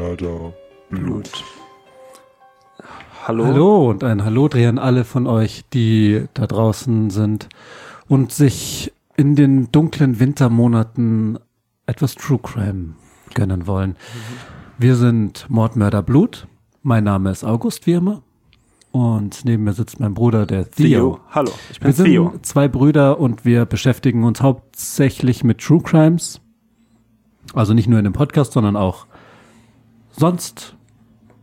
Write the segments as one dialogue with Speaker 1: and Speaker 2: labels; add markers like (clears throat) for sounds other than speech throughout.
Speaker 1: Ader, Blut.
Speaker 2: Hallo?
Speaker 3: Hallo und ein Hallo drehen alle von euch, die da draußen sind und sich in den dunklen Wintermonaten etwas True Crime gönnen
Speaker 2: Mhm.
Speaker 3: wollen. Wir sind Mordmörder Blut. Mein Name ist August, wie immer. Und neben mir sitzt mein Bruder, der Theo.
Speaker 2: Hallo, ich bin
Speaker 3: Wir sind
Speaker 2: Theo.
Speaker 3: zwei Brüder und wir beschäftigen uns hauptsächlich mit True Crimes. Also nicht nur in dem Podcast, sondern auch sonst.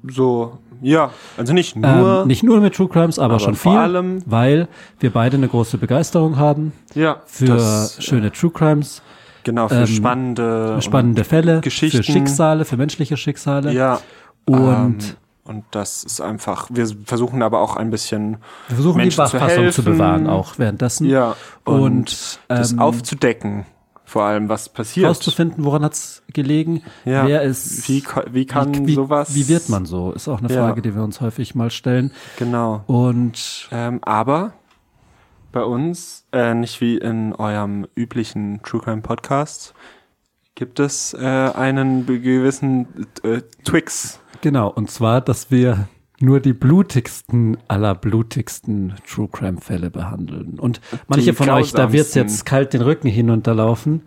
Speaker 2: So, ja, also nicht nur.
Speaker 3: Ähm, nicht nur mit True Crimes, aber,
Speaker 2: aber
Speaker 3: schon viel.
Speaker 2: vor allem-
Speaker 3: weil wir beide eine große Begeisterung haben
Speaker 2: ja,
Speaker 3: für
Speaker 2: das,
Speaker 3: schöne True Crimes,
Speaker 2: genau, für
Speaker 3: ähm,
Speaker 2: spannende. und-
Speaker 3: spannende Fälle,
Speaker 2: Geschichten.
Speaker 3: für Schicksale, für menschliche Schicksale.
Speaker 2: Ja.
Speaker 3: Und
Speaker 2: ähm, und das ist einfach, wir versuchen aber auch ein bisschen.
Speaker 3: wir versuchen
Speaker 2: Menschen
Speaker 3: die Wachfassung zu,
Speaker 2: helfen.
Speaker 3: bewahren, auch währenddessen.
Speaker 2: Ja.
Speaker 3: Mhm. Und,
Speaker 2: das
Speaker 3: ähm,
Speaker 2: aufzudecken, vor allem, was passiert.
Speaker 3: Rauszufinden, woran hat's gelegen,
Speaker 2: Ja.
Speaker 3: wer ist,
Speaker 2: Wie, ko- wie kann
Speaker 3: wie,
Speaker 2: sowas.
Speaker 3: Wie wird man so? Ist auch eine
Speaker 2: Ja.
Speaker 3: Frage, die wir uns häufig mal stellen.
Speaker 2: Genau.
Speaker 3: Und
Speaker 2: Ähm, aber bei uns, äh, nicht wie in eurem üblichen True Crime Podcast, gibt es äh, einen be- gewissen äh, Twix.
Speaker 3: genau, und zwar, dass wir nur die blutigsten aller blutigsten True Crime Fälle behandeln. Und manche von euch, da wird's
Speaker 2: grausamsten.
Speaker 3: jetzt kalt den Rücken hinunterlaufen.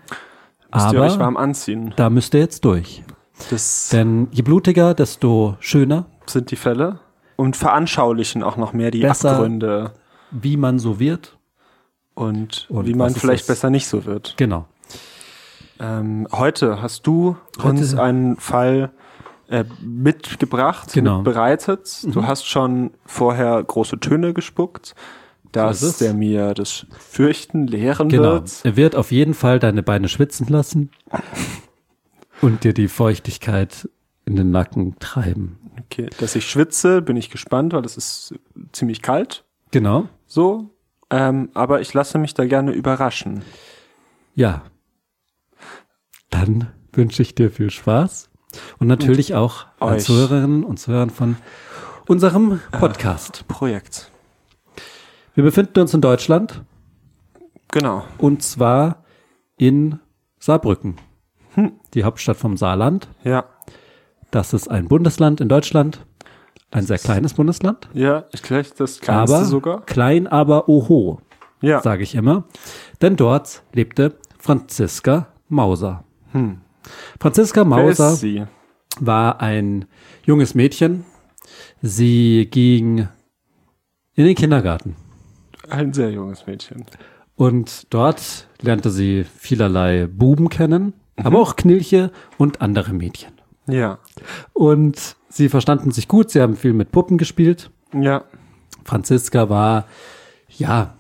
Speaker 2: Müsst ihr euch
Speaker 3: Aber
Speaker 2: warm anziehen.
Speaker 3: da müsst ihr jetzt durch.
Speaker 2: Das
Speaker 3: Denn je blutiger, desto schöner,
Speaker 2: sind die Fälle. Und veranschaulichen auch noch mehr die
Speaker 3: Besser-
Speaker 2: Abgründe
Speaker 3: wie man so wird.
Speaker 2: und,
Speaker 3: Und
Speaker 2: wie man
Speaker 3: was es
Speaker 2: vielleicht
Speaker 3: ist.
Speaker 2: besser nicht so wird.
Speaker 3: Genau.
Speaker 2: Ähm, heute hast du
Speaker 3: Heute-
Speaker 2: uns einen Fall äh, mitgebracht,
Speaker 3: Genau. Mhm.
Speaker 2: mitbereitet. Du hast schon vorher große Töne gespuckt, dass
Speaker 3: So ist es.
Speaker 2: der mir das Fürchten lehren
Speaker 3: Genau.
Speaker 2: wird.
Speaker 3: Er wird auf jeden Fall deine Beine schwitzen lassen und dir die Feuchtigkeit in den Nacken treiben.
Speaker 2: Okay, dass ich schwitze, bin ich gespannt, weil es ist ziemlich kalt.
Speaker 3: Genau.
Speaker 2: So, ähm, aber ich lasse mich da gerne überraschen.
Speaker 3: Ja. Dann wünsche ich dir viel Spaß und natürlich auch
Speaker 2: euch. Äh.
Speaker 3: als Hörerinnen und Hörern von unserem Podcast.
Speaker 2: Projekt.
Speaker 3: Wir befinden uns in Deutschland
Speaker 2: Genau.
Speaker 3: und zwar in Saarbrücken, Hm. die Hauptstadt vom Saarland.
Speaker 2: Ja,
Speaker 3: Das ist ein Bundesland in Deutschland, ein sehr kleines Bundesland.
Speaker 2: ja, ich gleich das kleinste
Speaker 3: aber
Speaker 2: sogar.
Speaker 3: klein, aber oho,
Speaker 2: Ja,
Speaker 3: sage ich immer. Denn dort lebte Franziska Mauser. Franziska
Speaker 2: Hm. wer ist
Speaker 3: Mauser
Speaker 2: sie?
Speaker 3: war ein junges Mädchen. Sie ging in den Kindergarten
Speaker 2: Ein sehr junges Mädchen.
Speaker 3: und dort lernte sie vielerlei Buben kennen, aber auch Knilche und andere Mädchen.
Speaker 2: Ja,
Speaker 3: Und sie verstanden sich gut, sie haben viel mit Puppen gespielt.
Speaker 2: ja,
Speaker 3: Franziska war, ja,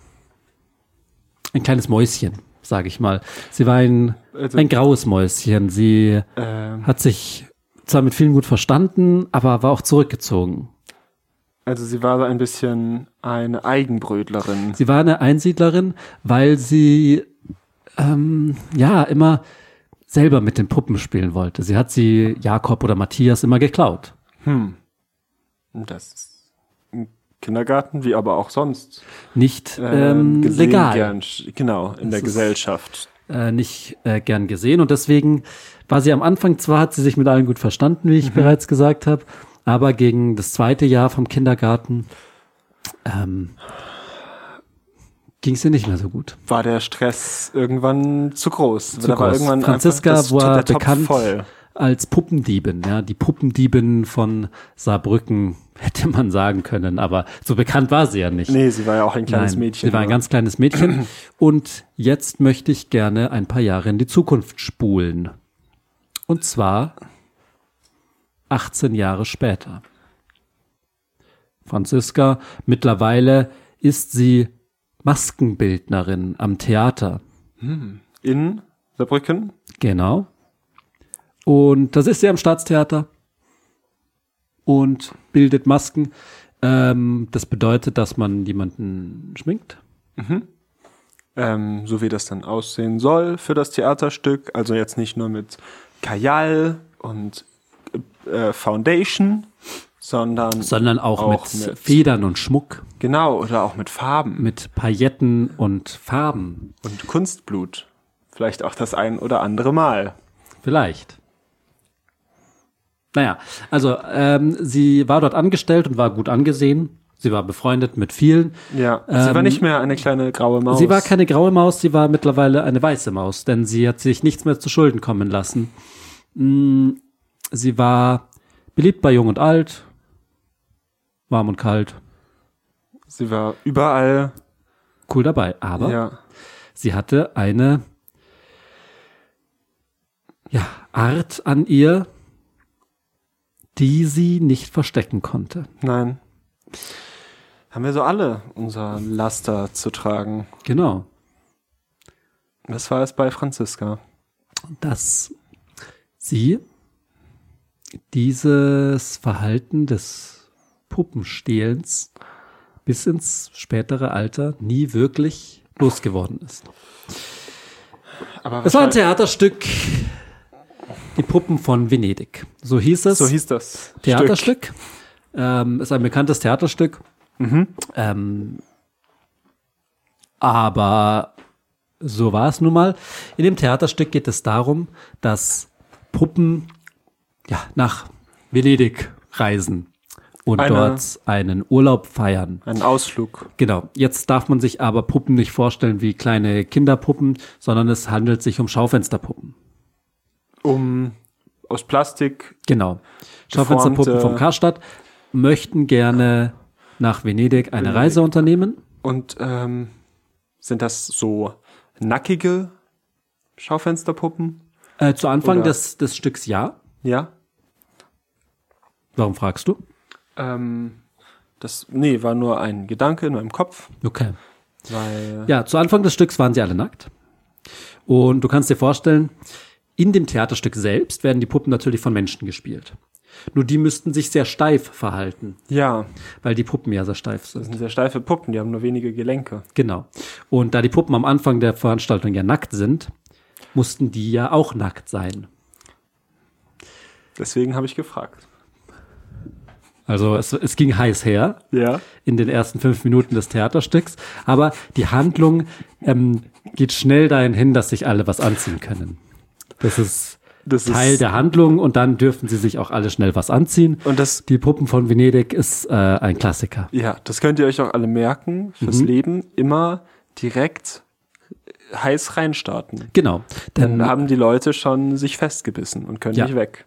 Speaker 3: ein kleines Mäuschen, sage ich mal. Sie war ein,
Speaker 2: Also-
Speaker 3: ein graues Mäuschen. Sie
Speaker 2: ähm.
Speaker 3: hat sich zwar mit vielen gut verstanden, aber war auch zurückgezogen.
Speaker 2: Also sie war so ein bisschen eine Eigenbrötlerin.
Speaker 3: Sie war eine Einsiedlerin, weil sie, ähm, ja, immer selber mit den Puppen spielen wollte. Sie hat sie Jakob oder Matthias immer geklaut.
Speaker 2: Das ist im Kindergarten, wie aber auch sonst.
Speaker 3: Nicht
Speaker 2: ähm,
Speaker 3: ähm,
Speaker 2: gesehen
Speaker 3: legal.
Speaker 2: Gern, sch- genau, in der
Speaker 3: ist-
Speaker 2: Gesellschaft.
Speaker 3: äh, nicht äh, gern gesehen. Und deswegen war sie am Anfang, zwar hat sie sich mit allen gut verstanden, wie ich
Speaker 2: Mhm.
Speaker 3: bereits gesagt habe, aber gegen das zweite Jahr vom Kindergarten ähm, ging es ihr nicht mehr so gut.
Speaker 2: War der Stress irgendwann zu groß?
Speaker 3: Zu
Speaker 2: da war
Speaker 3: groß.
Speaker 2: irgendwann
Speaker 3: Franziska
Speaker 2: einfach das,
Speaker 3: war
Speaker 2: der Topf
Speaker 3: bekannt
Speaker 2: voll.
Speaker 3: als Puppendiebin, ja, die Puppendiebin von Saarbrücken (laughs) hätte man sagen können, aber so bekannt war sie ja nicht.
Speaker 2: Nee, sie war ja auch ein kleines Mädchen.
Speaker 3: Sie war ein
Speaker 2: aber-
Speaker 3: ganz
Speaker 2: (clears throat)
Speaker 3: kleines Mädchen. Und jetzt möchte ich gerne ein paar Jahre in die Zukunft spulen. Und zwar 18 Jahre später. Franziska, mittlerweile ist sie Maskenbildnerin am Theater.
Speaker 2: in Saarbrücken.
Speaker 3: Genau. Und das ist sie am Staatstheater und bildet Masken. Ähm, das bedeutet, dass man jemanden schminkt.
Speaker 2: Ähm, so wie das dann aussehen soll für das Theaterstück. Also jetzt nicht nur mit Kajal und äh, Foundation, sondern
Speaker 3: sondern auch,
Speaker 2: Auch
Speaker 3: mit,
Speaker 2: mit-
Speaker 3: Federn und Schmuck,
Speaker 2: genau oder auch mit Farben.
Speaker 3: mit Pailletten und Farben
Speaker 2: Und Kunstblut. Vielleicht auch das ein oder andere Mal.
Speaker 3: vielleicht. Naja, also ähm, sie war dort angestellt und war gut angesehen. Sie war befreundet mit vielen.
Speaker 2: Ja, sie war
Speaker 3: Ähm,
Speaker 2: nicht mehr eine kleine graue Maus.
Speaker 3: Sie war keine graue Maus, sie war mittlerweile eine weiße Maus, denn sie hat sich nichts mehr zu Schulden kommen lassen. Mm, Sie war beliebt bei Jung und Alt, warm und kalt,
Speaker 2: sie war überall.
Speaker 3: cool dabei. Aber
Speaker 2: Ja.
Speaker 3: sie hatte eine ja, Art an ihr, die sie nicht verstecken konnte.
Speaker 2: Nein. Haben wir so alle unser Laster zu tragen.
Speaker 3: Genau.
Speaker 2: Das war es bei Franziska.
Speaker 3: dass sie dieses Verhalten des Puppenstehlens bis ins spätere Alter nie wirklich losgeworden ist.
Speaker 2: Aber
Speaker 3: Es war ein
Speaker 2: wahrscheinlich-
Speaker 3: Theaterstück Die Puppen von Venedig. So hieß es.
Speaker 2: so hieß das. Stück. Mhm.
Speaker 3: Theaterstück. Ähm, ist ein bekanntes Theaterstück. Ähm, aber so war es nun mal. In dem Theaterstück geht es darum, dass Puppen ja, nach Venedig reisen und
Speaker 2: Eine-
Speaker 3: dort einen Urlaub feiern.
Speaker 2: Ein Ausflug.
Speaker 3: Genau. Jetzt darf man sich aber Puppen nicht vorstellen wie kleine Kinderpuppen, sondern es handelt sich um Schaufensterpuppen.
Speaker 2: Um aus Plastik.
Speaker 3: Genau. Schaufensterpuppen
Speaker 2: Geformte-
Speaker 3: vom Karstadt möchten gerne nach Venedig eine
Speaker 2: Venedig.
Speaker 3: Reise unternehmen.
Speaker 2: Und ähm, sind das so nackige Schaufensterpuppen?
Speaker 3: Äh, zu Anfang
Speaker 2: Oder-
Speaker 3: des, des Stücks ja.
Speaker 2: Ja.
Speaker 3: Warum fragst du?
Speaker 2: Ähm, das, nee, war nur ein Gedanke in meinem Kopf,
Speaker 3: Okay.
Speaker 2: weil
Speaker 3: Ja, zu Anfang des Stücks waren sie alle nackt. Und du kannst dir vorstellen, in dem Theaterstück selbst werden die Puppen natürlich von Menschen gespielt. Nur die müssten sich sehr steif verhalten,
Speaker 2: ja,
Speaker 3: weil die Puppen ja sehr steif sind.
Speaker 2: das sind sehr steife Puppen, die haben nur wenige Gelenke.
Speaker 3: Genau. Und da die Puppen am Anfang der Veranstaltung ja nackt sind, mussten die ja auch nackt sein.
Speaker 2: Deswegen habe ich gefragt.
Speaker 3: Also es, es ging heiß her.
Speaker 2: Ja.
Speaker 3: in den ersten fünf Minuten des Theaterstücks. Aber die Handlung ähm, geht schnell dahin hin, dass sich alle was anziehen können. Das ist
Speaker 2: Das
Speaker 3: Teil
Speaker 2: ist,
Speaker 3: der Handlung und dann dürfen sie sich auch alle schnell was anziehen.
Speaker 2: Und das,
Speaker 3: Die Puppen von Venedig ist äh, ein Klassiker.
Speaker 2: ja, das könnt ihr euch auch alle merken fürs
Speaker 3: Mhm.
Speaker 2: Leben. Immer direkt heiß reinstarten.
Speaker 3: Genau.
Speaker 2: Dann
Speaker 3: Denn,
Speaker 2: haben die Leute schon sich festgebissen und können
Speaker 3: Ja.
Speaker 2: nicht weg.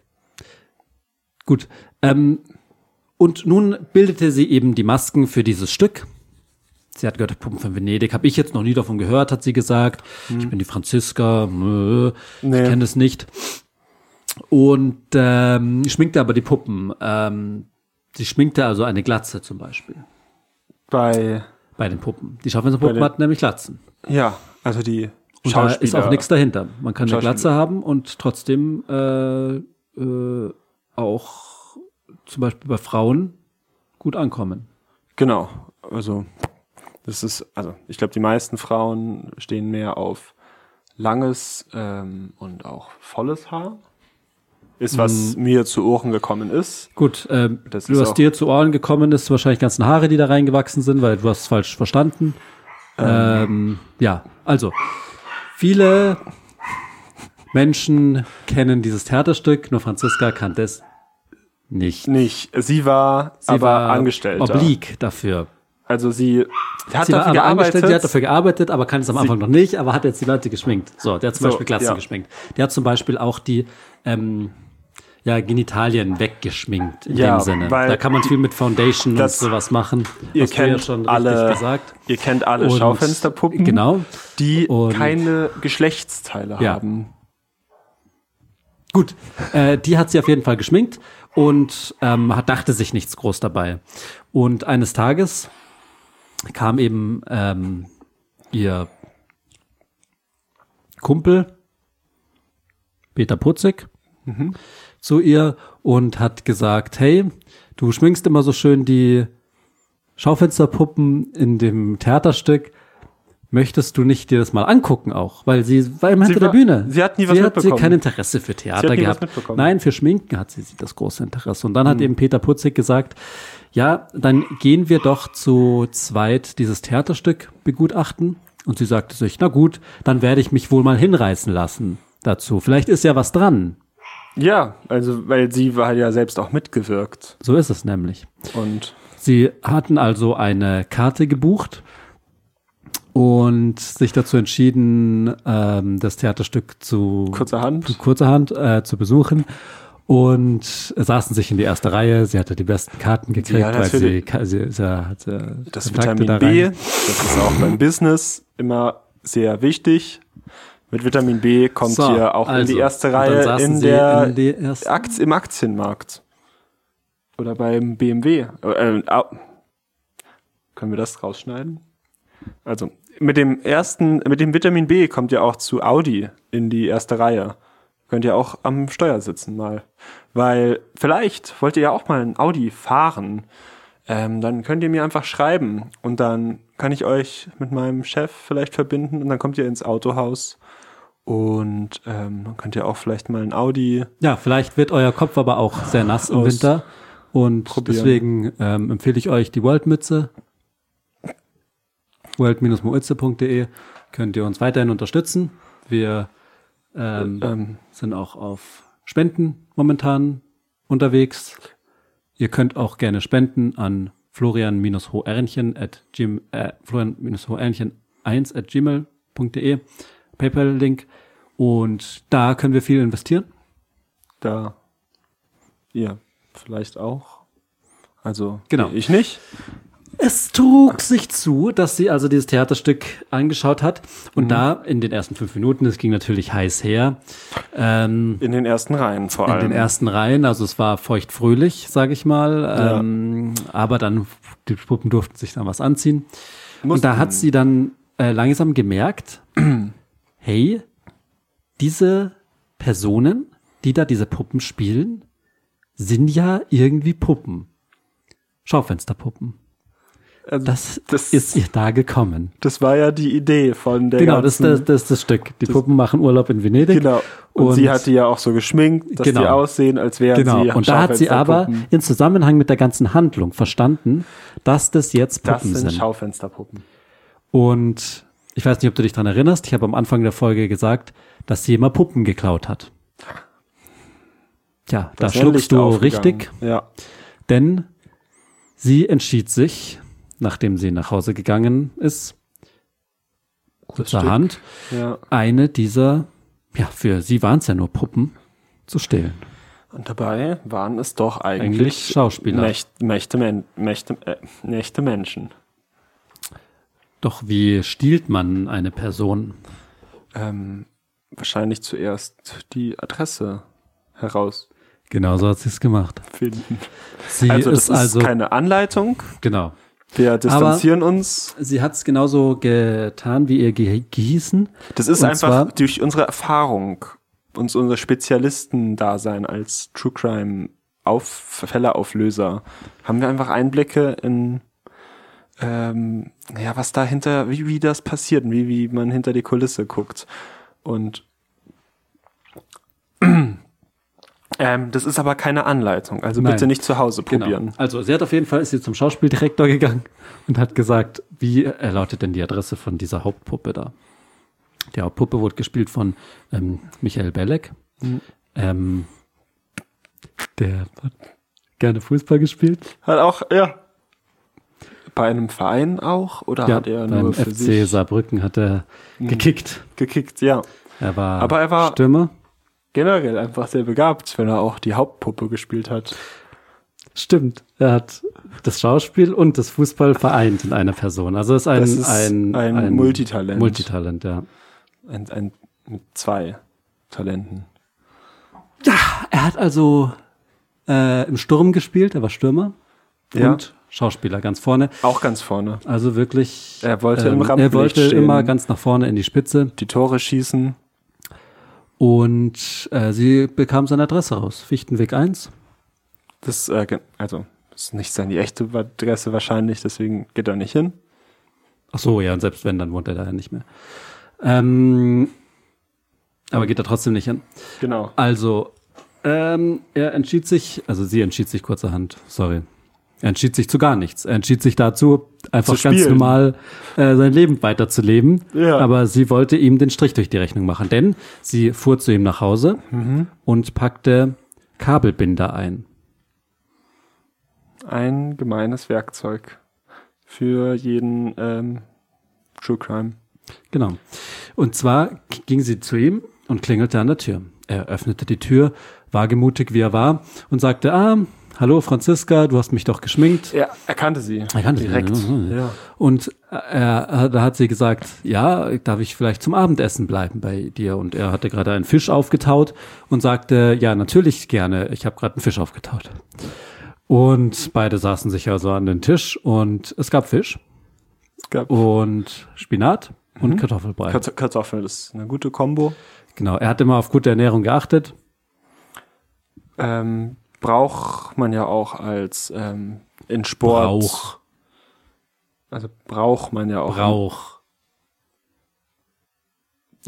Speaker 3: gut. Ähm, und nun bildete sie eben die Masken für dieses Stück. Sie hat gehört, Puppen von Venedig habe ich jetzt noch nie davon gehört, hat sie gesagt. Ich bin die Franziska, nö,
Speaker 2: Mhm. Nee.
Speaker 3: ich kenne es nicht. Und ähm, schminkte aber die Puppen. Ähm, sie schminkte also eine Glatze zum Beispiel
Speaker 2: Bei,
Speaker 3: bei den Puppen. Die Schaufensterpuppen
Speaker 2: den-
Speaker 3: hatten nämlich Glatzen.
Speaker 2: ja, also die
Speaker 3: Und da
Speaker 2: Schauspieler.
Speaker 3: ist auch nichts dahinter. Man kann eine
Speaker 2: Schauspieler.
Speaker 3: Glatze haben und trotzdem äh, äh, auch zum Beispiel bei Frauen gut ankommen.
Speaker 2: Genau. Also, das ist, also, ich glaube, die meisten Frauen stehen mehr auf langes ähm, und auch volles Haar. Ist,
Speaker 3: Mhm.
Speaker 2: was mir zu Ohren gekommen ist.
Speaker 3: Gut, ähm,
Speaker 2: Das
Speaker 3: du
Speaker 2: ist
Speaker 3: hast
Speaker 2: auch-
Speaker 3: dir zu Ohren gekommen, ist wahrscheinlich die ganzen Haare, die da reingewachsen sind, weil du hast es falsch verstanden. Ähm, ja, also viele Menschen kennen dieses Theaterstück, nur Franziska kannte es nicht.
Speaker 2: Nicht. Sie war
Speaker 3: Sie
Speaker 2: aber
Speaker 3: war
Speaker 2: Angestellter.
Speaker 3: Oblique dafür.
Speaker 2: Also sie hat
Speaker 3: Sie
Speaker 2: dafür
Speaker 3: war aber
Speaker 2: gearbeitet.
Speaker 3: angestellt, sie hat dafür gearbeitet, aber kann es am Anfang noch nicht, aber hat jetzt die Leute geschminkt. So, der hat zum
Speaker 2: So,
Speaker 3: Beispiel Glatze
Speaker 2: ja.
Speaker 3: geschminkt. Der hat zum Beispiel auch die ähm, ja, Genitalien weggeschminkt in
Speaker 2: Ja,
Speaker 3: dem Sinne.
Speaker 2: weil
Speaker 3: da kann man viel mit Foundation und
Speaker 2: das-
Speaker 3: sowas machen.
Speaker 2: ihr
Speaker 3: Hast du ja
Speaker 2: kennt
Speaker 3: schon richtig
Speaker 2: alle,
Speaker 3: gesagt.
Speaker 2: ihr kennt alle
Speaker 3: Und-
Speaker 2: Schaufensterpuppen,
Speaker 3: Genau.
Speaker 2: die
Speaker 3: Und-
Speaker 2: keine Geschlechtsteile
Speaker 3: Ja.
Speaker 2: haben.
Speaker 3: Gut, äh, die hat sie auf jeden Fall geschminkt und ähm, hat, dachte sich nichts groß dabei. Und eines Tages kam eben ähm, ihr Kumpel Peter Putzig
Speaker 2: Mhm.
Speaker 3: zu ihr und hat gesagt, hey, du schminkst immer so schön die Schaufensterpuppen in dem Theaterstück. Möchtest du nicht dir das mal angucken auch? Weil sie war immer hinter der
Speaker 2: war-
Speaker 3: Bühne.
Speaker 2: sie hat nie was
Speaker 3: sie hat
Speaker 2: mitbekommen.
Speaker 3: Sie kein Interesse für Theater
Speaker 2: Sie hat nie was
Speaker 3: gehabt.
Speaker 2: mitbekommen. Hm.
Speaker 3: Nein, für Schminken hat sie das große Interesse. Und dann hat eben Peter Putzig gesagt, ja, dann gehen wir doch zu zweit dieses Theaterstück begutachten. Und sie sagte sich, na gut, dann werde ich mich wohl mal hinreißen lassen dazu. Vielleicht ist ja was dran.
Speaker 2: Ja, also weil sie hat ja selbst auch mitgewirkt.
Speaker 3: So ist es nämlich.
Speaker 2: Und
Speaker 3: Sie hatten also eine Karte gebucht und sich dazu entschieden, ähm, das Theaterstück zu
Speaker 2: kurzerhand.
Speaker 3: kurzerhand äh, zu besuchen und saßen sich in die erste Reihe. Sie hatte die besten Karten gekriegt,
Speaker 2: Ja,
Speaker 3: weil sie,
Speaker 2: natürlich.
Speaker 3: ka- sie, sie hatte
Speaker 2: Das
Speaker 3: Kontakte
Speaker 2: Vitamin
Speaker 3: da rein.
Speaker 2: B, das ist auch beim Business immer sehr wichtig. Mit Vitamin B kommt
Speaker 3: So,
Speaker 2: ihr auch in
Speaker 3: also,
Speaker 2: die erste
Speaker 3: und dann
Speaker 2: Reihe
Speaker 3: saßen
Speaker 2: in
Speaker 3: sie
Speaker 2: der
Speaker 3: in die erste-
Speaker 2: Akt, im Aktienmarkt. Oder beim BMW. Äh, äh, au- können wir das rausschneiden? Also, mit dem ersten, mit dem Vitamin B kommt ihr auch zu Audi in die erste Reihe. Könnt ihr auch am Steuer sitzen mal. Weil vielleicht wollt ihr ja auch mal ein Audi fahren. Ähm, dann könnt ihr mir einfach schreiben und dann kann ich euch mit meinem Chef vielleicht verbinden und dann kommt ihr ins Autohaus und ähm, dann könnt ihr auch vielleicht mal ein Audi
Speaker 3: Ja, vielleicht wird euer Kopf aber auch sehr nass im
Speaker 2: Aus-
Speaker 3: Winter. Und deswegen ähm, empfehle ich euch die World-Mütze. world-mütze.de E könnt ihr uns weiterhin unterstützen. Wir ähm,
Speaker 2: ähm,
Speaker 3: sind auch auf Spenden momentan unterwegs. Ihr könnt auch gerne spenden an florian-hoernchen at gm, äh, florian-hoernchen 1 at gmail.de E, Paypal-Link und da können wir viel investieren.
Speaker 2: da ihr vielleicht auch. Also
Speaker 3: Genau.
Speaker 2: ich nicht.
Speaker 3: Es trug sich zu, dass sie also dieses Theaterstück angeschaut hat und da in den ersten fünf Minuten, es ging natürlich heiß her, ähm,
Speaker 2: In den ersten Reihen vor
Speaker 3: in
Speaker 2: allem.
Speaker 3: den ersten Reihen, also es war feuchtfröhlich, sage ich mal, ähm, aber dann, die Puppen durften sich dann was anziehen und da hat sie dann äh, langsam
Speaker 2: (clears throat)
Speaker 3: gemerkt, hey, diese Personen, die da diese Puppen spielen, sind ja irgendwie Puppen. Schaufensterpuppen.
Speaker 2: also, das,
Speaker 3: Das,
Speaker 2: Das-
Speaker 3: ist ihr da gekommen.
Speaker 2: war ja die Idee von der
Speaker 3: genau, das, ist
Speaker 2: ganzen,
Speaker 3: das, das ist das Stück. Die Puppen machen Urlaub in Venedig.
Speaker 2: genau. Und,
Speaker 3: Und-
Speaker 2: sie hatte ja auch so geschminkt, dass
Speaker 3: Genau.
Speaker 2: die aussehen, als wären
Speaker 3: Genau.
Speaker 2: sie
Speaker 3: Und da hat sie aber
Speaker 2: Schaufensterpuppen.
Speaker 3: im Zusammenhang mit der ganzen Handlung verstanden, dass das jetzt
Speaker 2: das
Speaker 3: Puppen
Speaker 2: sind,
Speaker 3: sind.
Speaker 2: Schaufensterpuppen.
Speaker 3: Und ich weiß nicht, ob du dich daran erinnerst, ich habe am Anfang der Folge gesagt, dass sie immer Puppen geklaut hat. Tja, da
Speaker 2: ist ein
Speaker 3: schluckst
Speaker 2: Licht
Speaker 3: du
Speaker 2: aufgegangen.
Speaker 3: richtig,
Speaker 2: Ja.
Speaker 3: denn sie entschied sich, nachdem sie nach Hause gegangen ist, kurzerhand,
Speaker 2: ja.
Speaker 3: eine dieser, ja, für sie waren es ja nur Puppen, zu stehlen.
Speaker 2: Und dabei waren es doch eigentlich,
Speaker 3: Eigentlich Schauspieler.
Speaker 2: Mächt, Mächte, Men, Mächte, äh, Mächte Menschen.
Speaker 3: Doch wie stiehlt man eine Person?
Speaker 2: Ähm, wahrscheinlich zuerst die Adresse herausfinden.
Speaker 3: Genau so hat sie es gemacht. Sie
Speaker 2: also das
Speaker 3: ist
Speaker 2: ist,
Speaker 3: also,
Speaker 2: keine Anleitung.
Speaker 3: genau.
Speaker 2: Wir distanzieren uns.
Speaker 3: Sie hat es genauso getan, wie ihr ge gehießen.
Speaker 2: Das ist
Speaker 3: und
Speaker 2: einfach
Speaker 3: zwar-
Speaker 2: durch unsere Erfahrung und unser Spezialistendasein als True Crime auf Fälleauflöser haben wir einfach Einblicke in ähm, ja, was dahinter, wie, wie das passiert und wie, wie man hinter die Kulisse guckt. Und (clears throat) ähm, das ist aber keine Anleitung. Also
Speaker 3: Nein.
Speaker 2: bitte nicht zu Hause probieren.
Speaker 3: Also sie hat auf jeden Fall, ist sie zum Schauspieldirektor gegangen und hat gesagt, wie äh, lautet denn die Adresse von dieser Hauptpuppe da? Die Hauptpuppe wurde gespielt von ähm, Michael Belleck.
Speaker 2: Mhm.
Speaker 3: Ähm, der hat gerne Fußball gespielt.
Speaker 2: Hat auch, ja. Bei einem Verein auch? Oder hat er
Speaker 3: beim
Speaker 2: nur für
Speaker 3: FC
Speaker 2: sich
Speaker 3: Saarbrücken hat er gekickt.
Speaker 2: gekickt? Ja.
Speaker 3: Er war,
Speaker 2: Aber er war-
Speaker 3: Stürmer.
Speaker 2: Generell einfach sehr begabt, wenn er auch die Hauptpuppe gespielt hat.
Speaker 3: Stimmt. Er hat das Schauspiel und das Fußball vereint in einer Person. Also ist ein,
Speaker 2: Das ist
Speaker 3: ein,
Speaker 2: ein Multitalent.
Speaker 3: Multitalent, ja.
Speaker 2: Ein, ein, mit zwei Talenten.
Speaker 3: Er hat also äh, im Sturm gespielt, er war Stürmer
Speaker 2: Ja.
Speaker 3: und Schauspieler ganz vorne.
Speaker 2: Auch ganz vorne.
Speaker 3: Also wirklich. ähm,
Speaker 2: Er wollte im
Speaker 3: Er
Speaker 2: Rampenlicht
Speaker 3: wollte
Speaker 2: stehen.
Speaker 3: immer ganz nach vorne in die Spitze.
Speaker 2: Die Tore schießen.
Speaker 3: Und äh, sie bekam seine Adresse raus. Fichtenweg 1.
Speaker 2: Das, äh, ge- also, ist nicht seine echte Adresse wahrscheinlich, deswegen geht er nicht hin.
Speaker 3: Ach so, ja, und selbst wenn, dann wohnt er da ja nicht mehr. Ähm, aber geht da trotzdem nicht hin.
Speaker 2: Genau.
Speaker 3: Also, ähm, er entschied sich, also sie entschied sich kurzerhand, sorry. Er entschied sich zu gar nichts. Er entschied sich dazu, einfach
Speaker 2: Zu
Speaker 3: ganz
Speaker 2: spielen.
Speaker 3: normal äh, sein Leben weiterzuleben.
Speaker 2: Ja.
Speaker 3: Aber sie wollte ihm den Strich durch die Rechnung machen, denn sie fuhr zu ihm nach Hause
Speaker 2: Mhm.
Speaker 3: und packte Kabelbinder ein.
Speaker 2: Ein gemeines Werkzeug für jeden ähm, True Crime.
Speaker 3: Genau. Und zwar ging sie zu ihm und klingelte an der Tür. Er öffnete die Tür, wagemutig wie er war, und sagte, ah, hallo Franziska, du hast mich doch geschminkt.
Speaker 2: Er erkannte sie.
Speaker 3: Er kannte sie,
Speaker 2: direkt.
Speaker 3: ne?
Speaker 2: Ja.
Speaker 3: Und er, äh, da hat sie gesagt, ja, darf ich vielleicht zum Abendessen bleiben bei dir? Und er hatte gerade einen Fisch aufgetaut und sagte, ja, natürlich gerne, ich habe gerade einen Fisch aufgetaut. Und beide saßen sich also an den Tisch und es gab Fisch
Speaker 2: Es gab
Speaker 3: Oh. und Spinat und Kartoffelbrei.
Speaker 2: Kartoff- Kartoffeln, das ist eine gute Kombo.
Speaker 3: genau, er hat immer auf gute Ernährung geachtet.
Speaker 2: Ähm, braucht man ja auch als ähm, in Sport.
Speaker 3: Brauch,
Speaker 2: Also braucht man ja auch.
Speaker 3: Brauch.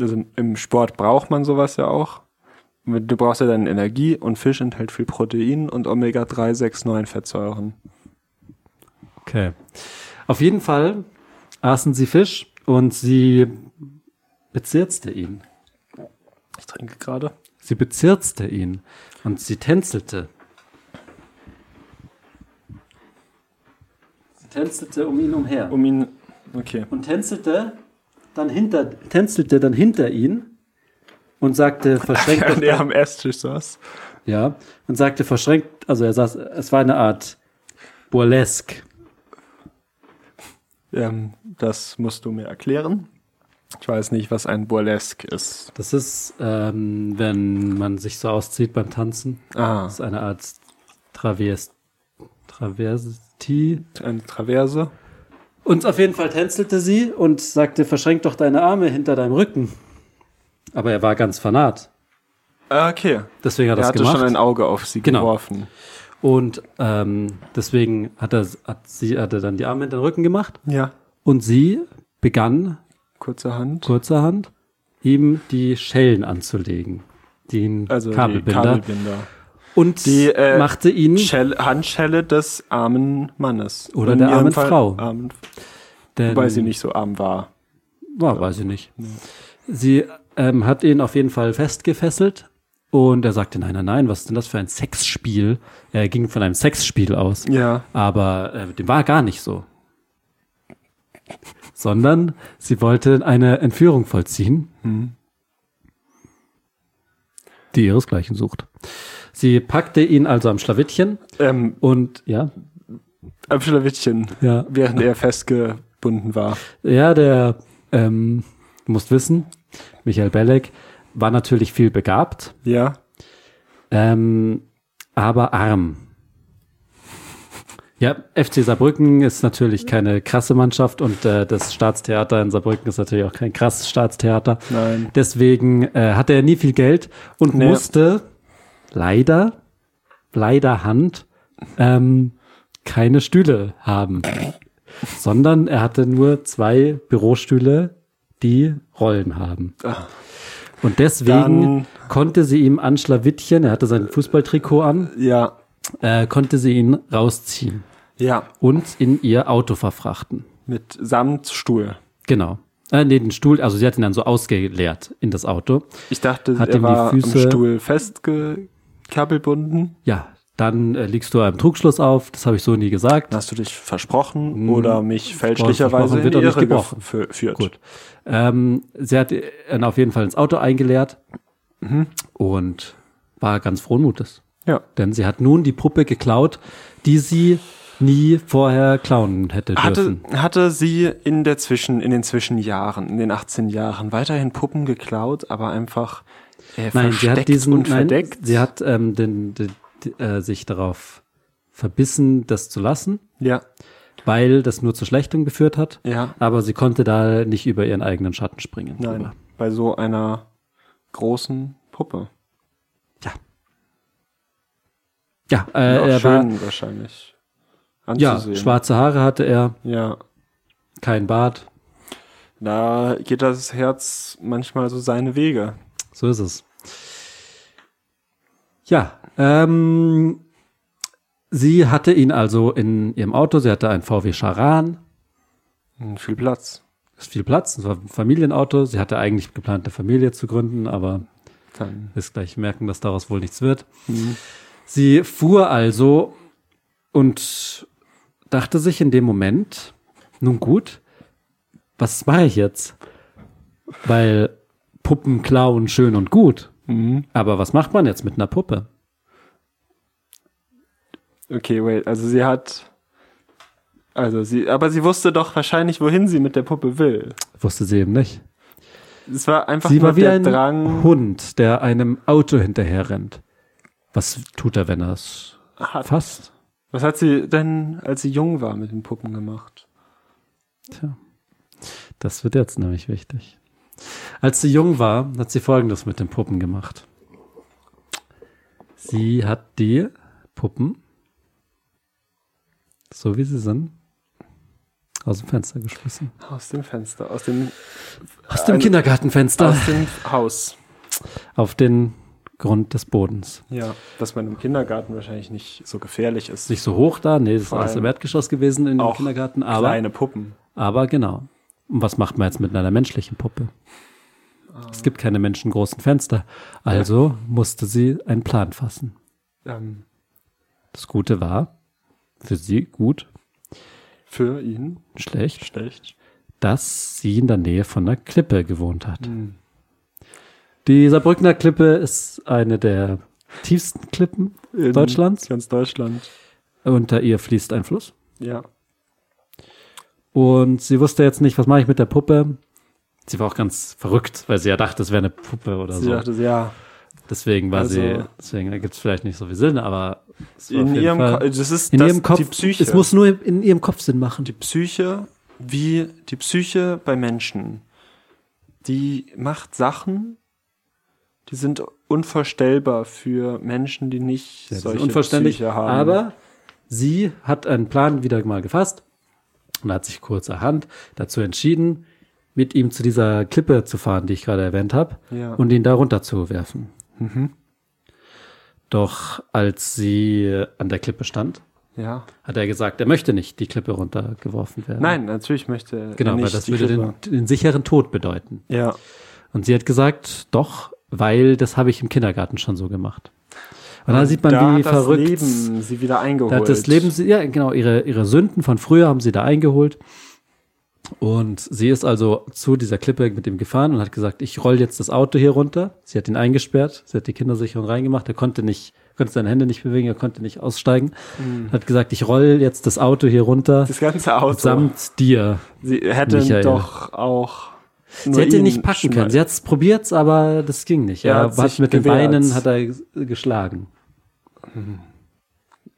Speaker 2: Also im Sport braucht man sowas ja auch. Du brauchst ja dann Energie und Fisch enthält viel Protein und Omega-3, 6, 9 Fettsäuren.
Speaker 3: Okay. Auf jeden Fall aßen sie Fisch und sie bezirzte ihn.
Speaker 2: Ich trinke gerade.
Speaker 3: Sie bezirzte ihn und sie tänzelte. Sie tänzelte um ihn umher
Speaker 2: Um ihn. Okay. (laughs)
Speaker 3: und tänzelte dann hinter, tänzelte dann hinter ihn und sagte verschränkt
Speaker 2: (laughs) Während er am Esstisch saß.
Speaker 3: ja und sagte verschränkt also er saß es war eine Art burlesque
Speaker 2: Ähm, das musst du mir erklären. Ich weiß nicht, was ein Burlesque ist.
Speaker 3: das ist ähm, wenn man sich so auszieht beim Tanzen
Speaker 2: Ah,
Speaker 3: das ist eine Art Travest Traversity
Speaker 2: eine Traverse.
Speaker 3: Und auf jeden Fall tänzelte sie und sagte, verschränk doch deine Arme hinter deinem Rücken. Aber er war ganz fanat.
Speaker 2: Ah, Okay.
Speaker 3: Deswegen hat
Speaker 2: Er
Speaker 3: er das
Speaker 2: hatte
Speaker 3: gemacht.
Speaker 2: schon ein Auge auf sie
Speaker 3: Genau.
Speaker 2: geworfen.
Speaker 3: und ähm, deswegen hat er, hat, sie, hat er dann die Arme hinter den Rücken gemacht.
Speaker 2: Ja.
Speaker 3: Und sie begann
Speaker 2: Kurzerhand.
Speaker 3: kurzerhand, ihm die Schellen anzulegen. Den
Speaker 2: also
Speaker 3: Kabelbinder.
Speaker 2: die Kabelbinder.
Speaker 3: und
Speaker 2: Die, äh,
Speaker 3: machte ihn,
Speaker 2: Schell, Handschelle des armen Mannes.
Speaker 3: Oder
Speaker 2: In
Speaker 3: der
Speaker 2: ihrem
Speaker 3: armen
Speaker 2: Fall
Speaker 3: Frau. Ähm.
Speaker 2: Armen,
Speaker 3: denn,
Speaker 2: wobei sie nicht so arm war.
Speaker 3: Ja, weiß ich nicht. Sie ähm, hat ihn auf jeden Fall festgefesselt und er sagte, nein, nein, nein, was ist denn das für ein Sexspiel? Er ging von einem Sexspiel aus,
Speaker 2: Ja.
Speaker 3: aber äh, dem war gar nicht so. Sondern sie wollte eine Entführung vollziehen, die ihresgleichen sucht. Sie packte ihn also am Schlawittchen
Speaker 2: Ähm,
Speaker 3: und ja,
Speaker 2: am Schlawittchen,
Speaker 3: ja,
Speaker 2: während er festgebunden war.
Speaker 3: Ja, der, ähm, du musst wissen, Michael Belleck war natürlich viel begabt,
Speaker 2: Ja.
Speaker 3: ähm, aber arm. Ja, FC Saarbrücken ist natürlich keine krasse Mannschaft und äh, das Staatstheater in Saarbrücken ist natürlich auch kein krasses Staatstheater.
Speaker 2: Nein.
Speaker 3: Deswegen äh, hatte er nie viel Geld und
Speaker 2: Nee.
Speaker 3: musste leider, leider Hand, ähm, keine Stühle haben, sondern er hatte nur zwei Bürostühle, die Rollen haben. Und deswegen
Speaker 2: Dann-
Speaker 3: konnte sie ihm an Schlawittchen, er hatte sein Fußballtrikot an,
Speaker 2: Ja.
Speaker 3: äh, konnte sie ihn rausziehen
Speaker 2: Ja.
Speaker 3: und in ihr Auto verfrachten.
Speaker 2: Mit Samtstuhl.
Speaker 3: Genau. Äh, nee, den Stuhl, also sie hat ihn dann so ausgeleert in das Auto.
Speaker 2: Ich dachte,
Speaker 3: Hat ihm
Speaker 2: er war
Speaker 3: die Füße-
Speaker 2: am Stuhl festgekabelbunden.
Speaker 3: Ja, dann äh, liegst du einem Trugschluss auf, das habe ich so nie gesagt.
Speaker 2: Hast du dich versprochen oder mich
Speaker 3: versprochen
Speaker 2: fälschlicherweise in
Speaker 3: wird
Speaker 2: die
Speaker 3: doch nicht
Speaker 2: Irre
Speaker 3: gebrochen.
Speaker 2: geführt?
Speaker 3: Gut. Ähm, sie hat ihn auf jeden Fall ins Auto eingeleert
Speaker 2: Mhm.
Speaker 3: und war ganz frohen Mutes.
Speaker 2: Ja.
Speaker 3: Denn sie hat nun die Puppe geklaut, die sie nie vorher klauen hätte
Speaker 2: Hatte,
Speaker 3: dürfen.
Speaker 2: hatte sie in der Zwischen, in den Zwischenjahren, in den 18 Jahren weiterhin Puppen geklaut, aber einfach äh,
Speaker 3: Nein,
Speaker 2: versteckt
Speaker 3: sie hat diesen,
Speaker 2: und
Speaker 3: nein,
Speaker 2: verdeckt?
Speaker 3: sie hat ähm, den, den, äh, sich darauf verbissen, das zu lassen,
Speaker 2: ja,
Speaker 3: weil das nur zu Schlechtem geführt hat.
Speaker 2: ja,
Speaker 3: Aber sie konnte da nicht über ihren eigenen Schatten springen.
Speaker 2: nein,
Speaker 3: drüber.
Speaker 2: bei so einer großen Puppe.
Speaker 3: Ja,
Speaker 2: Und
Speaker 3: äh,
Speaker 2: auch
Speaker 3: er war,
Speaker 2: schön wahrscheinlich
Speaker 3: ja,
Speaker 2: anzusehen.
Speaker 3: schwarze Haare hatte er,
Speaker 2: Ja,
Speaker 3: kein Bart.
Speaker 2: da geht das Herz manchmal so seine Wege.
Speaker 3: So ist es. Ja, ähm, Sie hatte ihn also in ihrem Auto, sie hatte einen VW Charan,
Speaker 2: Hm, Viel Platz.
Speaker 3: ist viel Platz, es war ein Familienauto, sie hatte eigentlich geplant, eine Familie zu gründen, aber
Speaker 2: Dann
Speaker 3: wirst gleich merken, dass daraus wohl nichts wird. Sie fuhr also und dachte sich in dem Moment, nun gut, was mache ich jetzt? Weil Puppen klauen schön und gut,
Speaker 2: Mhm.
Speaker 3: aber was macht man jetzt mit einer Puppe?
Speaker 2: Okay, wait. Also sie hat. Also sie, aber sie wusste doch wahrscheinlich, wohin sie mit der Puppe will.
Speaker 3: Wusste sie eben nicht.
Speaker 2: Es war einfach
Speaker 3: Sie
Speaker 2: nur
Speaker 3: war wie
Speaker 2: der
Speaker 3: ein
Speaker 2: Drang
Speaker 3: Hund, der einem Auto hinterher rennt. Was tut er, wenn er es
Speaker 2: hat.
Speaker 3: fasst?
Speaker 2: Was hat sie denn, als sie jung war, mit den Puppen gemacht?
Speaker 3: Tja, das wird jetzt nämlich wichtig. Als sie jung war, hat sie Folgendes mit den Puppen gemacht. Sie hat die Puppen, so wie sie sind, aus dem Fenster geschmissen.
Speaker 2: Aus dem Fenster, aus dem,
Speaker 3: Aus dem
Speaker 2: Ein-
Speaker 3: Kindergartenfenster.
Speaker 2: aus
Speaker 3: (laughs)
Speaker 2: dem Haus.
Speaker 3: Auf den Grund des Bodens.
Speaker 2: Ja, dass man im Kindergarten wahrscheinlich nicht so gefährlich ist.
Speaker 3: Nicht so hoch da, nee, das ist
Speaker 2: Vor
Speaker 3: alles im
Speaker 2: allem
Speaker 3: Erdgeschoss gewesen in dem
Speaker 2: auch
Speaker 3: Kindergarten, aber
Speaker 2: Kleine Puppen.
Speaker 3: Aber genau. Und was macht man jetzt mit einer menschlichen Puppe? Es gibt keine menschengroßen Fenster. Also musste sie einen Plan fassen.
Speaker 2: Ähm,
Speaker 3: Das Gute war, für sie gut,
Speaker 2: für ihn
Speaker 3: schlecht,
Speaker 2: schlecht.
Speaker 3: dass sie in der Nähe von einer Klippe gewohnt hat.
Speaker 2: Hm.
Speaker 3: Die Saarbrückner Klippe ist eine der tiefsten Klippen
Speaker 2: In
Speaker 3: Deutschlands.
Speaker 2: Ganz Deutschland.
Speaker 3: Unter ihr fließt ein Fluss.
Speaker 2: Ja.
Speaker 3: Und sie wusste jetzt nicht, was mache ich mit der Puppe. Sie war auch ganz verrückt, weil sie ja dachte, es wäre eine Puppe oder
Speaker 2: Sie
Speaker 3: so.
Speaker 2: dachte, ja,
Speaker 3: Deswegen war
Speaker 2: Also-
Speaker 3: sie, deswegen ergibt es vielleicht nicht so viel Sinn, aber es war auf
Speaker 2: in
Speaker 3: jeden
Speaker 2: ihrem, Ko-
Speaker 3: Fall,
Speaker 2: das ist
Speaker 3: in
Speaker 2: das,
Speaker 3: ihrem Kopf,
Speaker 2: die Psyche.
Speaker 3: es muss nur in ihrem Kopf Sinn machen.
Speaker 2: die Psyche, wie die Psyche bei Menschen, die macht Sachen, die sind unvorstellbar für Menschen, die nicht
Speaker 3: Das ist
Speaker 2: solche
Speaker 3: unverständlich,
Speaker 2: Psyche haben.
Speaker 3: aber sie hat einen Plan wieder mal gefasst und hat sich kurzerhand dazu entschieden, mit ihm zu dieser Klippe zu fahren, die ich gerade erwähnt habe,
Speaker 2: Ja. Mhm.
Speaker 3: und ihn da runter zu werfen. Doch als sie an der Klippe stand,
Speaker 2: ja.
Speaker 3: hat er gesagt, er möchte nicht die Klippe runtergeworfen werden.
Speaker 2: Nein, natürlich möchte
Speaker 3: Genau,
Speaker 2: er nicht
Speaker 3: weil das
Speaker 2: die
Speaker 3: würde den,
Speaker 2: Klippe.
Speaker 3: den sicheren Tod bedeuten.
Speaker 2: ja.
Speaker 3: Und sie hat gesagt, doch, weil das habe ich im Kindergarten schon so gemacht. Und da sieht man,
Speaker 2: da
Speaker 3: wie
Speaker 2: hat das
Speaker 3: verrückt.
Speaker 2: Leben sie wieder eingeholt.
Speaker 3: da hat das Leben, sie- ja, genau, ihre, ihre Sünden von früher haben sie da eingeholt. Und sie ist also zu dieser Klippe mit ihm gefahren und hat gesagt, ich roll jetzt das Auto hier runter. Sie hat ihn eingesperrt, sie hat die Kindersicherung reingemacht, er konnte nicht, konnte seine Hände nicht bewegen, er konnte nicht aussteigen. Hat gesagt, ich roll jetzt das Auto hier runter,
Speaker 2: Hm. das ganze Auto.
Speaker 3: samt dir.
Speaker 2: Sie hätte
Speaker 3: Michael.
Speaker 2: doch auch.
Speaker 3: Sie hätte ihn nicht packen können. Sie hat es probiert, aber das ging nicht.
Speaker 2: Er
Speaker 3: Er
Speaker 2: hat
Speaker 3: hat,
Speaker 2: sich
Speaker 3: mit den
Speaker 2: gewehrt.
Speaker 3: Beinen hat er ges- geschlagen,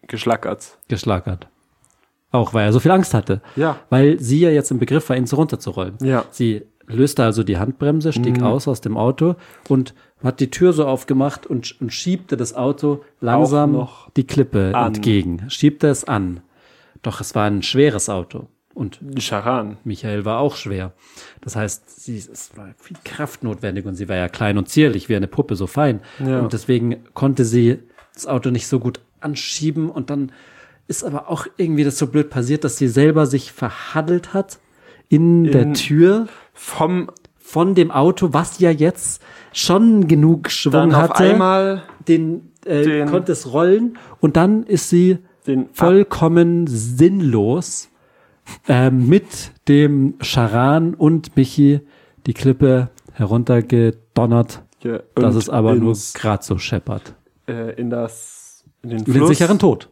Speaker 2: geschlackert.
Speaker 3: geschlagert. Auch weil er so viel Angst hatte.
Speaker 2: Ja.
Speaker 3: Weil sie ja jetzt im Begriff war, ihn so runterzurollen.
Speaker 2: Ja. Mhm.
Speaker 3: Sie löste also die Handbremse, stieg aus aus dem Auto und hat die Tür so aufgemacht und, sch- und schiebte das Auto langsam
Speaker 2: noch
Speaker 3: die Klippe
Speaker 2: an.
Speaker 3: entgegen. Schiebte es an. Doch es war ein schweres Auto. Und
Speaker 2: Scharan.
Speaker 3: Michael war auch schwer. Das heißt, sie, es war viel Kraft notwendig und sie war ja klein und zierlich, wie eine Puppe, so fein.
Speaker 2: Ja.
Speaker 3: Und deswegen konnte sie das Auto nicht so gut anschieben und dann ist aber auch irgendwie das so blöd passiert, dass sie selber sich verhaddelt hat in, der Tür
Speaker 2: Vom
Speaker 3: von dem Auto, was ja jetzt schon genug Schwung
Speaker 2: dann
Speaker 3: hatte.
Speaker 2: auf einmal
Speaker 3: den, äh,
Speaker 2: den-
Speaker 3: konnte es rollen und dann ist sie
Speaker 2: den
Speaker 3: vollkommen sinnlos ähm, mit dem Charan und Michi die Klippe heruntergedonnert,
Speaker 2: Abge
Speaker 3: dass
Speaker 2: und
Speaker 3: es aber nur
Speaker 2: ins,
Speaker 3: grad so scheppert.
Speaker 2: äh, in das in den
Speaker 3: Mit
Speaker 2: Fluss.
Speaker 3: dem sicheren Tod.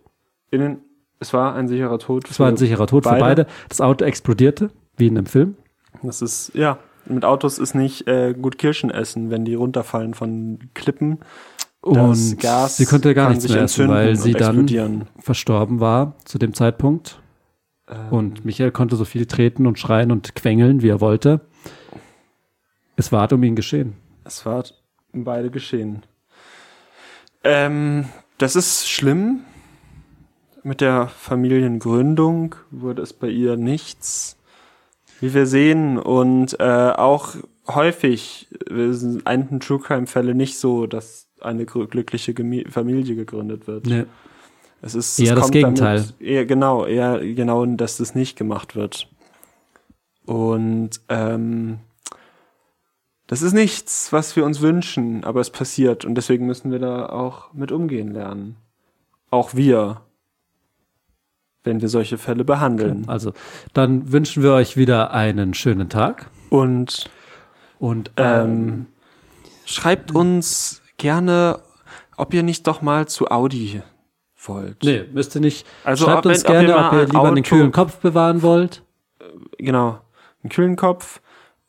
Speaker 2: In den, es war ein sicherer Tod.
Speaker 3: Es war ein sicherer Tod für beide. Das Auto explodierte, wie in einem Film.
Speaker 2: Das ist ja mit Autos ist nicht äh, gut Kirschen essen, wenn die runterfallen von Klippen. Das
Speaker 3: Und
Speaker 2: Gas
Speaker 3: sie konnte gar
Speaker 2: kann
Speaker 3: nichts
Speaker 2: sich
Speaker 3: mehr essen,
Speaker 2: entzünden
Speaker 3: weil
Speaker 2: und
Speaker 3: sie dann
Speaker 2: explodieren.
Speaker 3: verstorben war zu dem Zeitpunkt. Und Michael konnte so viel treten und schreien und quengeln, wie er wollte. Es war um ihn geschehen.
Speaker 2: Es war um beide geschehen. Ähm, das ist schlimm. Mit der Familiengründung wurde es bei ihr nichts, wie wir sehen. Und äh, auch häufig äh, sind einen True Crime Fälle nicht so, dass eine grü- glückliche Gemie- Familie gegründet wird.
Speaker 3: Nee.
Speaker 2: Es ist
Speaker 1: Eher
Speaker 2: es
Speaker 1: das Gegenteil.
Speaker 2: Damit, eher, genau, eher genau, dass das nicht gemacht wird. Und ähm, das ist nichts, was wir uns wünschen, aber es passiert und deswegen müssen wir da auch mit umgehen lernen. Auch wir, wenn wir solche Fälle behandeln.
Speaker 3: Also, dann wünschen wir euch wieder einen schönen Tag
Speaker 2: Und
Speaker 3: und ähm,
Speaker 2: Ähm, schreibt uns gerne, ob ihr nicht doch mal zu Audi wollt.
Speaker 3: nee, müsst ihr nicht.
Speaker 2: Also,
Speaker 3: Schreibt
Speaker 2: ob-
Speaker 3: uns
Speaker 2: ob ihr
Speaker 3: gerne,
Speaker 2: mal
Speaker 3: ob ihr
Speaker 2: ein
Speaker 3: lieber einen
Speaker 2: Auto-
Speaker 3: kühlen Kopf bewahren wollt.
Speaker 2: Genau. Einen kühlen Kopf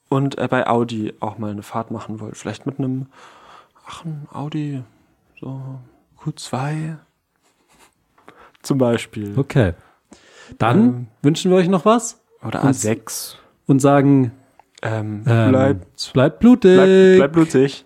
Speaker 2: und äh, bei Audi auch mal eine Fahrt machen wollt. Vielleicht mit einem, ach, ein Audi, so Q2 zum Beispiel.
Speaker 3: Okay. Dann
Speaker 2: Ähm.
Speaker 3: wünschen wir euch noch was
Speaker 2: Oder
Speaker 3: Und-
Speaker 2: A6.
Speaker 3: und sagen,
Speaker 2: Ähm,
Speaker 3: ähm,
Speaker 2: bleibt,
Speaker 3: bleibt blutig.
Speaker 2: bleibt, bleibt blutig.